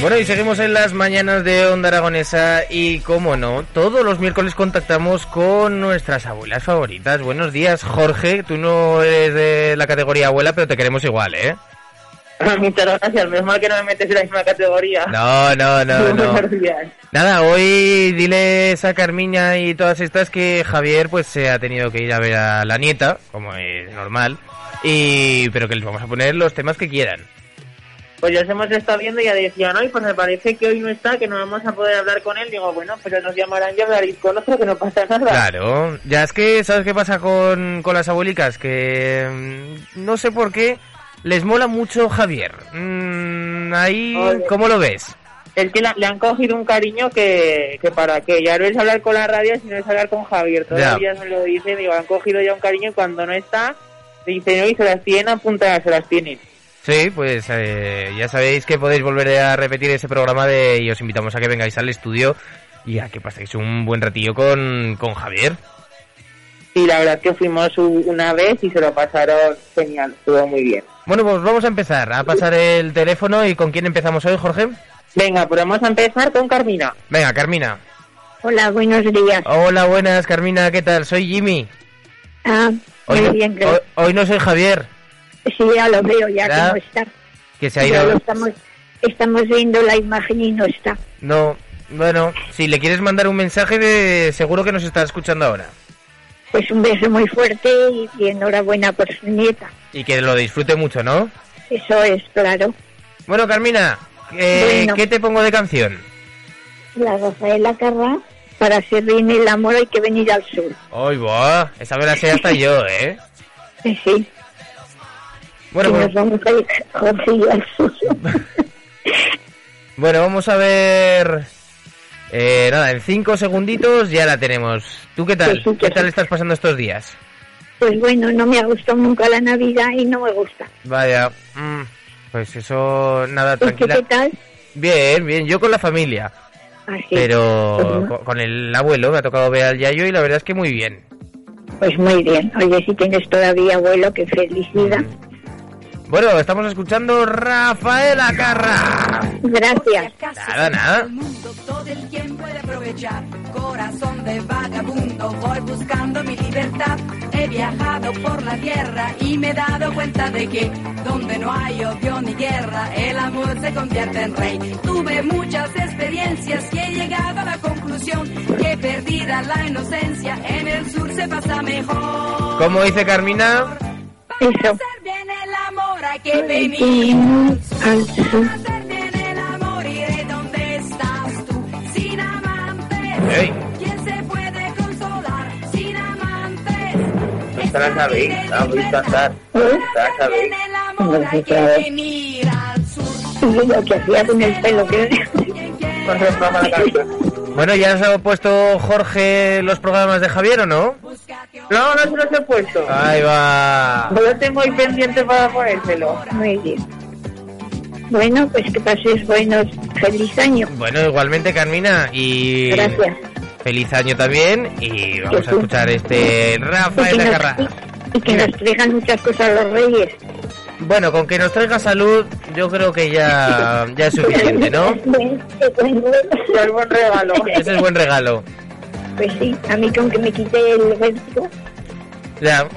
Bueno, y seguimos en las mañanas de Onda Aragonesa y, como no, todos los miércoles contactamos con nuestras abuelas favoritas. Buenos días, Jorge. Tú no eres de la categoría abuela, pero te queremos igual, ¿eh? Muchas gracias, menos mal que no me metes en la misma categoría. No, no, no, no. Buenos días. Nada, hoy diles a Carmiña y todas estas que Javier pues se ha tenido que ir a ver a la nieta, como es normal, y pero que les vamos a poner los temas que quieran. Pues ya se hemos estado viendo y ya decían, hoy pues me parece que hoy no está, que no vamos a poder hablar con él. Digo, bueno, pero nos llamarán y hablaré con otro que no pasa nada. Claro, ya es que, ¿sabes qué pasa con, con las abuelicas? Que mm, no sé por qué les mola mucho Javier. Mm, ahí, Oye. ¿cómo lo ves? Es que la- le han cogido un cariño que, que para qué. Ya no es hablar con la radio, sino es hablar con Javier. Todos Ya. los días me lo dicen, digo, han cogido ya un cariño y cuando no está, dicen, hoy se las tienen apuntadas, se las tienen. Sí, pues eh, ya sabéis que podéis volver a repetir ese programa de, y os invitamos a que vengáis al estudio y a que paséis un buen ratillo con, con Javier. Y la verdad es que fuimos u- una vez y se lo pasaron genial, estuvo muy bien. Bueno, pues vamos a empezar a pasar el teléfono y con quién empezamos hoy, Jorge. Venga, pues vamos a empezar con Carmina. Venga, Carmina. Hola, buenos días. Hola, buenas, Carmina, ¿qué tal? Soy Jimmy. Ah, Hoy, muy no- bien, hoy, gracias. hoy no soy Javier, Sí, ya lo veo, ya, Ya. que no está. que se ha Ya lo ido. estamos, estamos viendo la imagen y no está. No, bueno, si le quieres mandar un mensaje, de, seguro que nos está escuchando ahora. Pues un beso muy fuerte y, y enhorabuena por su nieta. Y que lo disfrute mucho, ¿no? Eso es claro. Bueno, Carmina, eh, Bueno. ¿qué te pongo de canción? La Rafaela Carrá, para ser bien el amor hay que venir al sur. Ay, buah, esa me la sé hasta yo, ¿eh? Eh, Sí, Bueno, que pues- nos vamos a ir Jorge y yo al sur. bueno, vamos a ver... Eh, nada, en cinco segunditos ya la tenemos. ¿Tú qué tal? Sí, sí, ¿Qué sí. tal estás pasando estos días? pues bueno, no me ha gustado nunca la Navidad y no me gusta. Vaya, mm, pues eso, nada, ¿Tú qué tranquila. tal? Ah, Bien, bien, yo con la familia, Así. pero Pues, co- con el abuelo me ha tocado ver al yayo y la verdad es que muy bien. pues muy bien. Oye, si tienes todavía abuelo, qué felicidad. Bueno, estamos escuchando Rafael Acarra. Gracias. Nada, nada. Todo el tiempo he de aprovechar. Corazón de vagabundo, voy buscando mi libertad. He viajado por la tierra y me he dado cuenta de que donde no hay odio ni guerra, el amor se convierte en rey. Tuve muchas experiencias y he llegado a la conclusión que perdida la inocencia, en el sur se pasa mejor. Como dice Carmina, Eso. Hacer bien el amor hay que venir. al sur. Hacer bien el amor y de dónde estás tú sin amantes. Ey. ¿Quién se puede consolar sin amantes? Esta la sabéis, la habéis cantado. Esta la sabéis. Hacer bien el amor hay que venir al sur. Y lo que hacía con el pelo, que Quien quiera Entonces vamos a la canción. bueno, ya nos ha puesto Jorge los programas de Javier o no? búscate No, no se los he puesto. Ahí va. No lo tengo ahí pendiente para ponérselo. muy bien. Bueno, pues que paséis buenos, feliz año. Bueno, igualmente Carmina y Gracias. feliz año también y vamos a sí. escuchar este y, Rafael que Acarra. nos, y que nos traigan muchas cosas los reyes. Bueno, con que nos traiga salud, yo creo que ya, ya es suficiente, ¿no? Ya es buen regalo. Ese es buen regalo. Pues sí, a mí con que me quite el vértigo, Ya.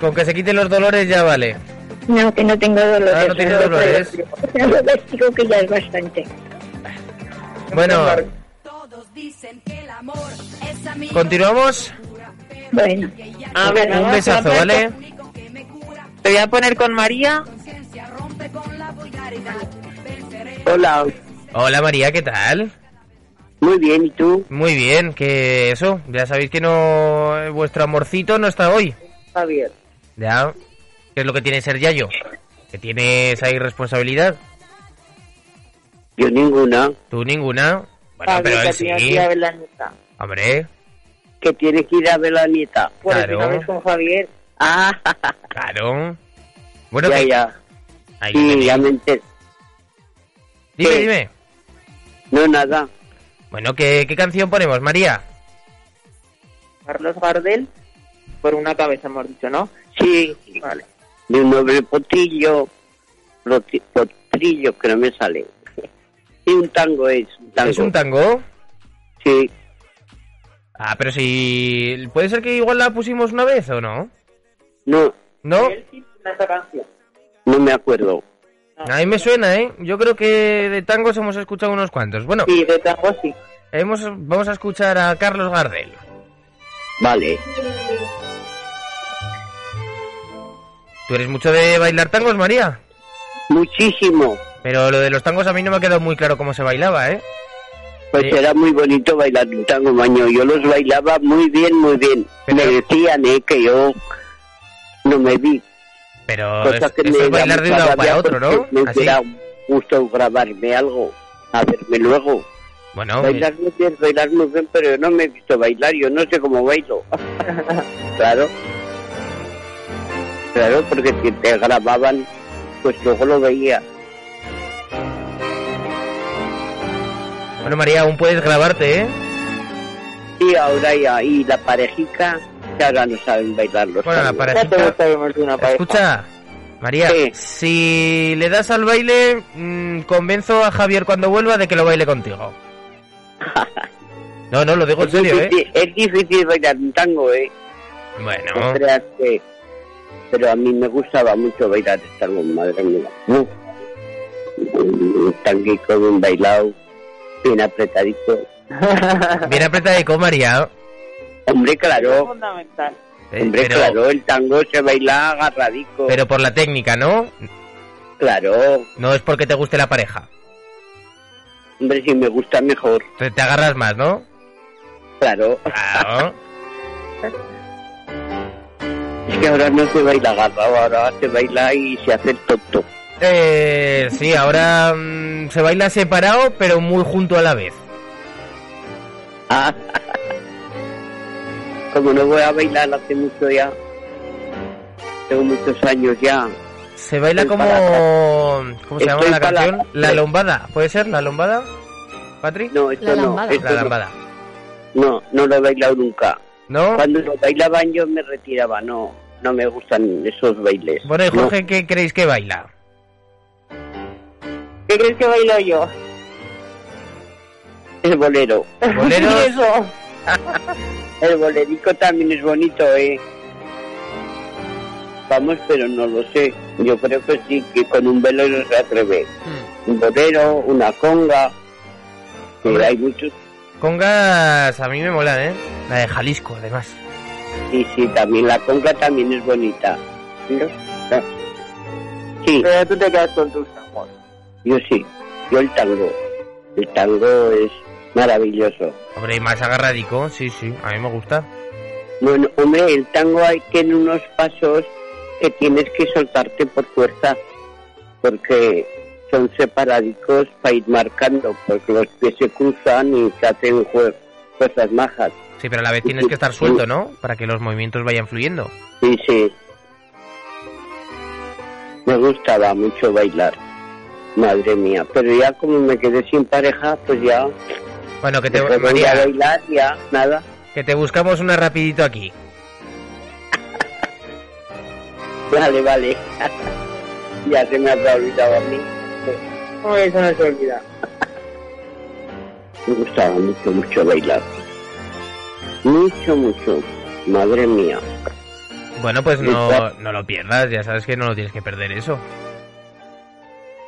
Con que se quiten los dolores ya vale. no, que no tengo dolores. Ah, no tiene dolores. Tengo vértigo que ya es bastante. Bueno, Todos dicen que el amor es amigo. continuamos. Bueno, Ah, A ver, Un besazo, ¿vale? Único que me cura, Te voy a poner con María. conciencia rompe con la vulgaridad. Venceré Hola, Hola María, ¿qué tal? muy bien, ¿y tú? Muy bien, que eso, ya sabéis que no eh, vuestro amorcito no está hoy. Javier. Ya. ¿Qué es lo que tiene ser Yayo? Que tienes ahí responsabilidad. Yo ninguna. Tú ninguna. Bueno, Javier, Ah, pero que él tienes que ir a sí. ver la neta. Hombre, Que tienes que ir a ver la nieta. Por Claro. eso no ves con Javier. Ah, claro. Bueno, ya, que- ya. ahí Sí, tenéis. ya me enteré. Dime, Sí. dime. No, nada. Bueno, ¿qué, ¿qué canción ponemos, María? Carlos Gardel. Por una cabeza hemos dicho, ¿no? Sí, Vale. de un hombre potrillo. Potrillo, que no me sale. Sí, un tango es. Un tango. ¿Es un tango? Sí. Ah, pero si... ¿Puede ser que igual la pusimos una vez o no? No, ¿No? Él sí tiene esa canción. no me acuerdo. A mí me suena, ¿eh? Yo creo que de tangos hemos escuchado unos cuantos. Bueno, Sí, de tango sí. hemos, vamos a escuchar a Carlos Gardel. Vale. ¿Tú eres mucho de bailar tangos, María? Muchísimo. Pero lo de los tangos a mí no me ha quedado muy claro cómo se bailaba, ¿eh? Pues Sí. era muy bonito bailar un tango maño. Yo los bailaba muy bien, muy bien. Pero- Me decían eh, que yo no me vi. Pero Cosa es, que eso me es da bailar de un mucha lado para rabia otro, ¿no? porque Me Así. hubiera gusto grabarme algo, a verme luego. Bueno, Bailar muy bien, bailar muy bien, pero yo no me he visto bailar, yo no sé cómo bailo. claro. Claro, porque si te grababan, pues luego lo veía. bueno, María, aún puedes grabarte, ¿eh? Y ahora ya, y la parejica, que ahora no saben bailar los Bueno, la tangos. pareja- Ya te gustaría una pareja. Escucha, María, Sí. si le das al baile, mm, convenzo a Javier cuando vuelva de que lo baile contigo. No, no, lo digo en Pues Es serio, ¿eh? difícil, es difícil bailar un tango, ¿eh? No Bueno, creas que... Pero a mí me gustaba mucho bailar el tango, madre mía. Uf. Un tanguico bien bailado, bien apretadito. bien apretadico, María. Hombre, Es claro, fundamental. Eh, hombre, Pero, claro, el tango se baila agarradico. pero por la técnica, ¿no? Claro, No es porque te guste la pareja. hombre, si me gusta mejor, Te, te agarras más, ¿no? claro. Claro. Es que ahora no se baila agarrado, ahora se baila y se hace el tonto. Eh, sí, ahora mm, se baila separado, pero muy junto a la vez. Ah. Como no voy a bailar hace mucho ya, tengo muchos años ya. Se baila Estoy como... ¿Cómo se llama Estoy la para- canción? La lombada. ¿Puede ser la lombada? ¿Patrick? No, esto La no, lambada. esto La no. lambada. no, no lo he bailado nunca. ¿No? Cuando lo bailaban yo me retiraba, no, no me gustan esos bailes. Bueno, y No. Jorge, ¿qué creéis que baila? ¿Qué crees que bailo yo? El bolero. ¿Y Boleros, eso? El bolerico también es bonito, ¿eh? Vamos, pero no lo sé. Yo creo que sí, que con un velero se atreve. Un bolero, una conga. que Hmm. Hombre. hay muchos. congas, a mí me molan, ¿eh? La de Jalisco, además. Sí, sí, también la conga también es bonita. ¿No? Ah. Sí, Pero tú te quedas con tus amores. yo sí. Yo el tango. El tango es maravilloso. Hombre, y más agarradico, sí, sí, a mí me gusta. Bueno, hombre, el tango hay, tiene unos pasos que tienes que soltarte por fuerza, porque son separadicos para ir marcando, porque los pies se cruzan y se hacen jue- cosas majas. Sí, pero a la vez tienes que estar suelto, ¿no? Para que los movimientos vayan fluyendo. Sí, sí. Me gustaba mucho bailar, madre mía. Pero ya como me quedé sin pareja, pues ya Bueno, que te, dejé de ir a María, bailar, ya nada. que te buscamos una rapidito aquí. Vale, vale. ya se me ha olvidado a mí. ¿Cómo eso no se olvida? Me gustaba mucho, mucho bailar. Mucho, mucho. Madre mía. Bueno, pues no, no lo pierdas, ya sabes que no lo tienes que perder eso.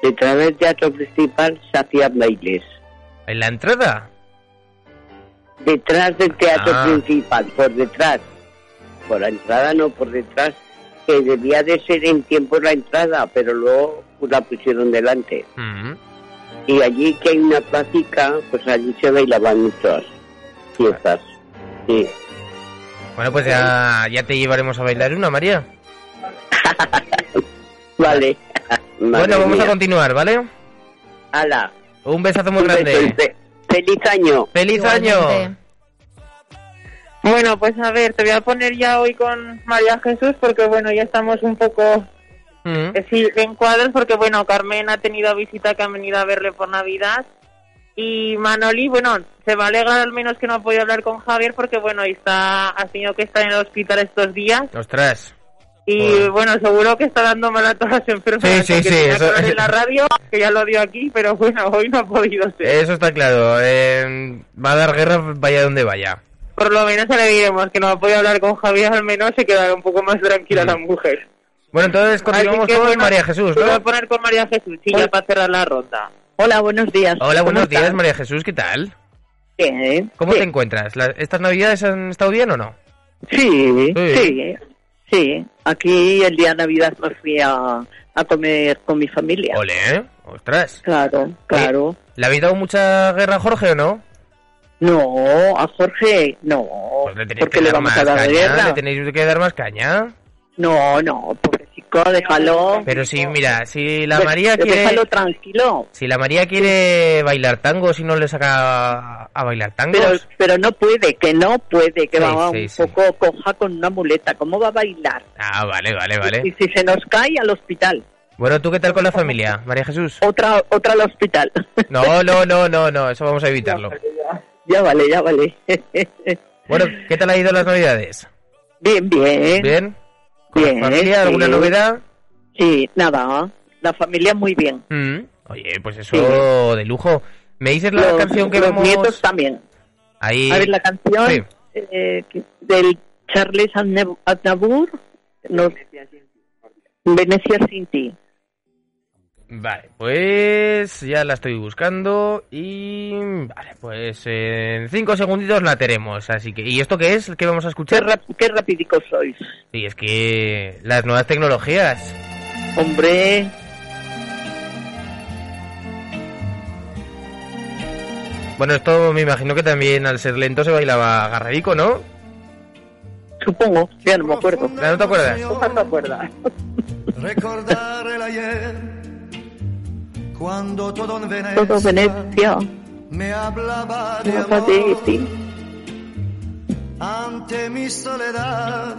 Detrás del teatro principal se hacían bailes. ¿En la entrada? Detrás del teatro Ah. principal, por detrás. Por la entrada no, por detrás. Que debía de ser en tiempo la entrada, pero luego pues, la pusieron delante. Mm. Y allí que hay una plática, pues allí se bailaban muchas fiestas. Sí. Bueno, pues ya, ya te llevaremos a bailar una, María. Vale. Madre bueno, vamos mía. a continuar, ¿vale? Ala. Un besazo muy Un beso y grande. fe- ¡Feliz año! ¡Feliz año! Igualmente. Bueno, pues a ver, te voy a poner ya hoy con María Jesús porque bueno, ya estamos un poco Mm. eh, sí, en cuadros porque bueno, Carmen ha tenido visita que han venido a verle por Navidad y Manoli, bueno, se va a alegrar al menos que no ha podido hablar con Javier porque bueno, está ha tenido que estar en el hospital estos días Ostras, Y Joder. bueno, seguro que está dando mal a todas las enfermedades. Sí, porque sí, sí, tenía que eso- hablar en la radio, que ya lo dio aquí, pero bueno, hoy no ha podido ser. Eso está claro. eh, va a dar guerra vaya donde vaya. Por lo menos ahora diremos que no ha podido hablar con Javier, al menos se quedará un poco más tranquila Mm. la mujer. Bueno, entonces continuamos Así que, con bueno, María Jesús, te Voy a ¿no? poner con María Jesús, sí, ya para cerrar la ronda. Hola, buenos días. Hola, ¿Cómo buenos días, estás? María Jesús, ¿qué tal? ¿eh? Bien. ¿Cómo te encuentras? ¿La- ¿Estas navidades han estado bien o no? Sí, Sí. sí, ¿eh? sí, Aquí el día de Navidad me fui a, a comer con mi familia. Ole, ¿eh? ostras. Claro, claro. ¿Le habéis dado mucha guerra a Jorge o no? No, a Jorge no. Pues le tenéis porque que le dar vamos más a dar caña, guerra. le tenéis que dar más caña. No, no, pobrecito, déjalo. Pero sí, mira, si la Dé- María Déjalo quiere... tranquilo. Si la María quiere bailar tango, si no le saca a bailar tangos... Pero, pero no puede, que no puede, que Sí, va sí, un sí. poco coja con una muleta. ¿Cómo va a bailar? Ah, vale, vale, Y vale. si se nos cae, al hospital. Bueno, ¿tú qué tal con la familia, María Jesús? Otra, otra al hospital. No, no, no, no, no, eso vamos a evitarlo. ya vale, ya vale. Bueno, ¿qué tal ha ido las navidades? bien, bien. ¿Bien? ¿Con Bien, la familia? ¿Alguna sí. novedad? Sí, nada. ¿eh? La familia muy bien. Mm. Oye, pues eso de lujo. ¿Me dices la los, canción que los vamos nietos también. ahí? A ver, la canción Sí. eh, que- del Charles Aznab- Aznavour, nos- Venecia sin ti. Vale, pues ya la estoy buscando y vale, pues en cinco segunditos la tenemos, así que ¿y esto qué es? ¿Qué vamos a Qué, escuchar? rap- qué rapidico sois. Y es que las nuevas tecnologías. Hombre, Bueno, esto me imagino que también al ser lento se bailaba garradico, ¿no? supongo, ya no me acuerdo. Ya no te acuerdas. No me acuerdo. Recordar el ayer, cuando todo en Venecia, Todo Venecia, me hablaba de nada de amor ti. ante mi soledad.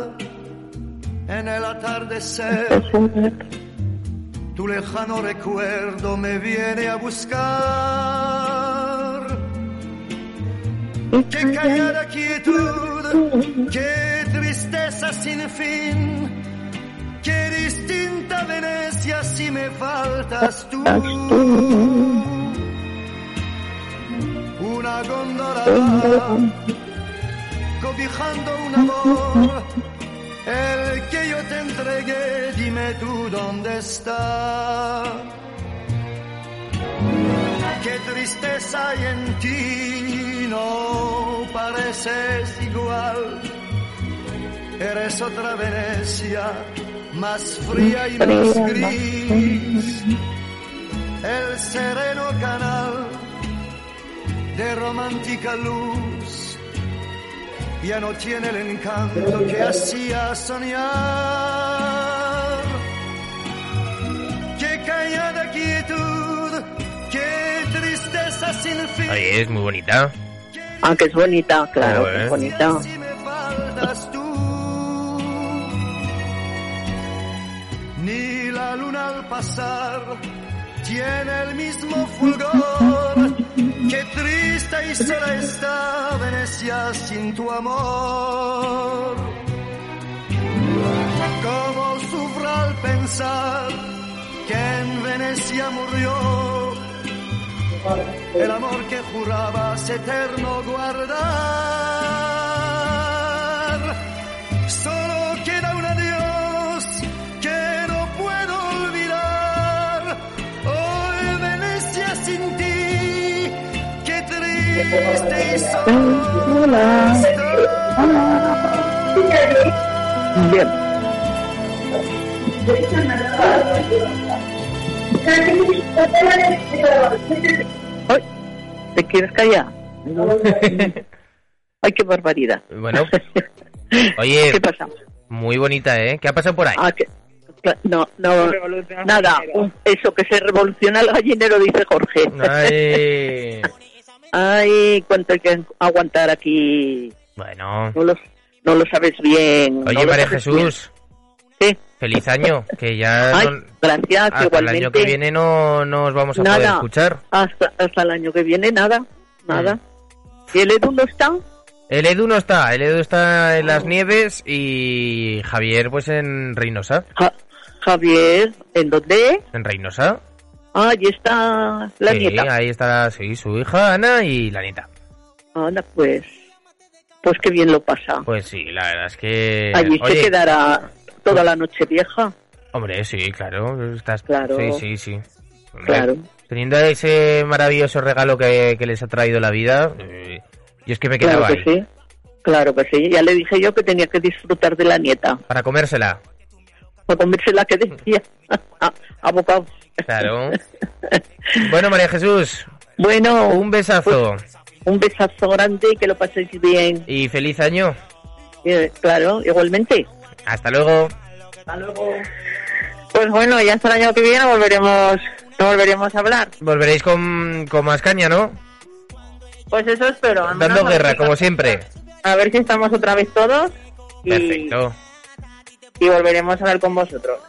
En el atardecer, Es un- tu lejano recuerdo me viene a buscar. Qué callada quietud, qué tristeza sin fin, qué distinta Venecia si me faltas tú. Una góndola va cobijando un amor, el que yo te entregué, dime tú dónde está. Qué tristeza hay en ti, no pareces igual. Eres otra Venecia, más fría y más gris. El sereno canal de romántica luz ya no tiene el encanto que hacía soñar. Qué callada quietud, qué tristeza sin fin. Oye, es muy bonita. Ah, que es bonita, claro, ¿eh? Joder. que es bonita. Si me faltas tú, ni la luna al pasar tiene el mismo fulgor. Qué triste y sola está Venecia sin tu amor. Como sufro al pensar que en Venecia murió el amor que jurabas eterno guardar. Solo queda un adiós que no puedo olvidar. Hoy Venecia sin ti, qué triste y sola estás. Bien. Ay, ¿Te quieres callar? Ay, qué barbaridad. Bueno, eh, oye, ¿Qué pasa? muy bonita, ¿eh? ¿Qué ha pasado por ahí? Ah, que- No, no, Revolución nada. gallinera. un- Eso que se revoluciona el gallinero, dice Jorge. Ay. Ay, cuánto hay que aguantar aquí. Bueno. No lo, no lo sabes bien. no Oye, lo María sabes Jesús, bien. Sí. feliz año, que ya Ay, no- gracias, hasta el igualmente. año que viene no nos vamos a Nada. poder escuchar. Mm. Hasta, hasta el año que viene, nada, nada. ¿Y el Edu no está? El Edu no está, el Edu está en las nieves y Javier pues en Reynosa. Ja- Javier, ¿en dónde? En Reynosa. Ah, ahí está la Sí, nieta. Ahí está sí, su hija Ana y la nieta. Anda, pues. Pues qué bien lo pasa. Pues sí, la verdad es que... Allí Oye, se quedará toda la noche vieja. Hombre, sí, claro. Estás... Claro. Sí, sí, sí. Hombre, Claro. Teniendo ese maravilloso regalo que, que les ha traído la vida, eh, yo es que me quedaba Claro que ahí. sí. Claro que sí. Ya le dije yo que tenía que disfrutar de la nieta. Para comérsela. Para comerse la que decía. a, a bocado. Claro. bueno, María Jesús, Bueno, un un, besazo un besazo grande y que lo paséis bien. y feliz año. Eh, claro, igualmente. Hasta luego. Pues bueno, ya hasta el año que viene volveremos, no volveremos a hablar. Volveréis con, con más caña, ¿no? Pues eso espero. al menos Dando a ver guerra, si- como siempre. A ver si estamos otra vez todos y, Perfecto. y volveremos a hablar con vosotros.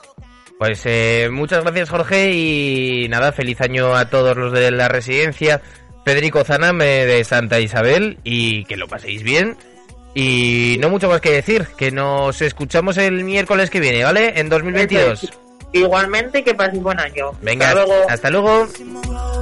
Pues eh, muchas gracias, Jorge, y nada, feliz año a todos los de la residencia. Federico Zaname de Santa Isabel, y que lo paséis bien. Y no mucho más que decir, que nos escuchamos el miércoles que viene, ¿vale? En 2022. Igualmente, que paséis buen año. Venga, Hasta luego. hasta luego. Simuló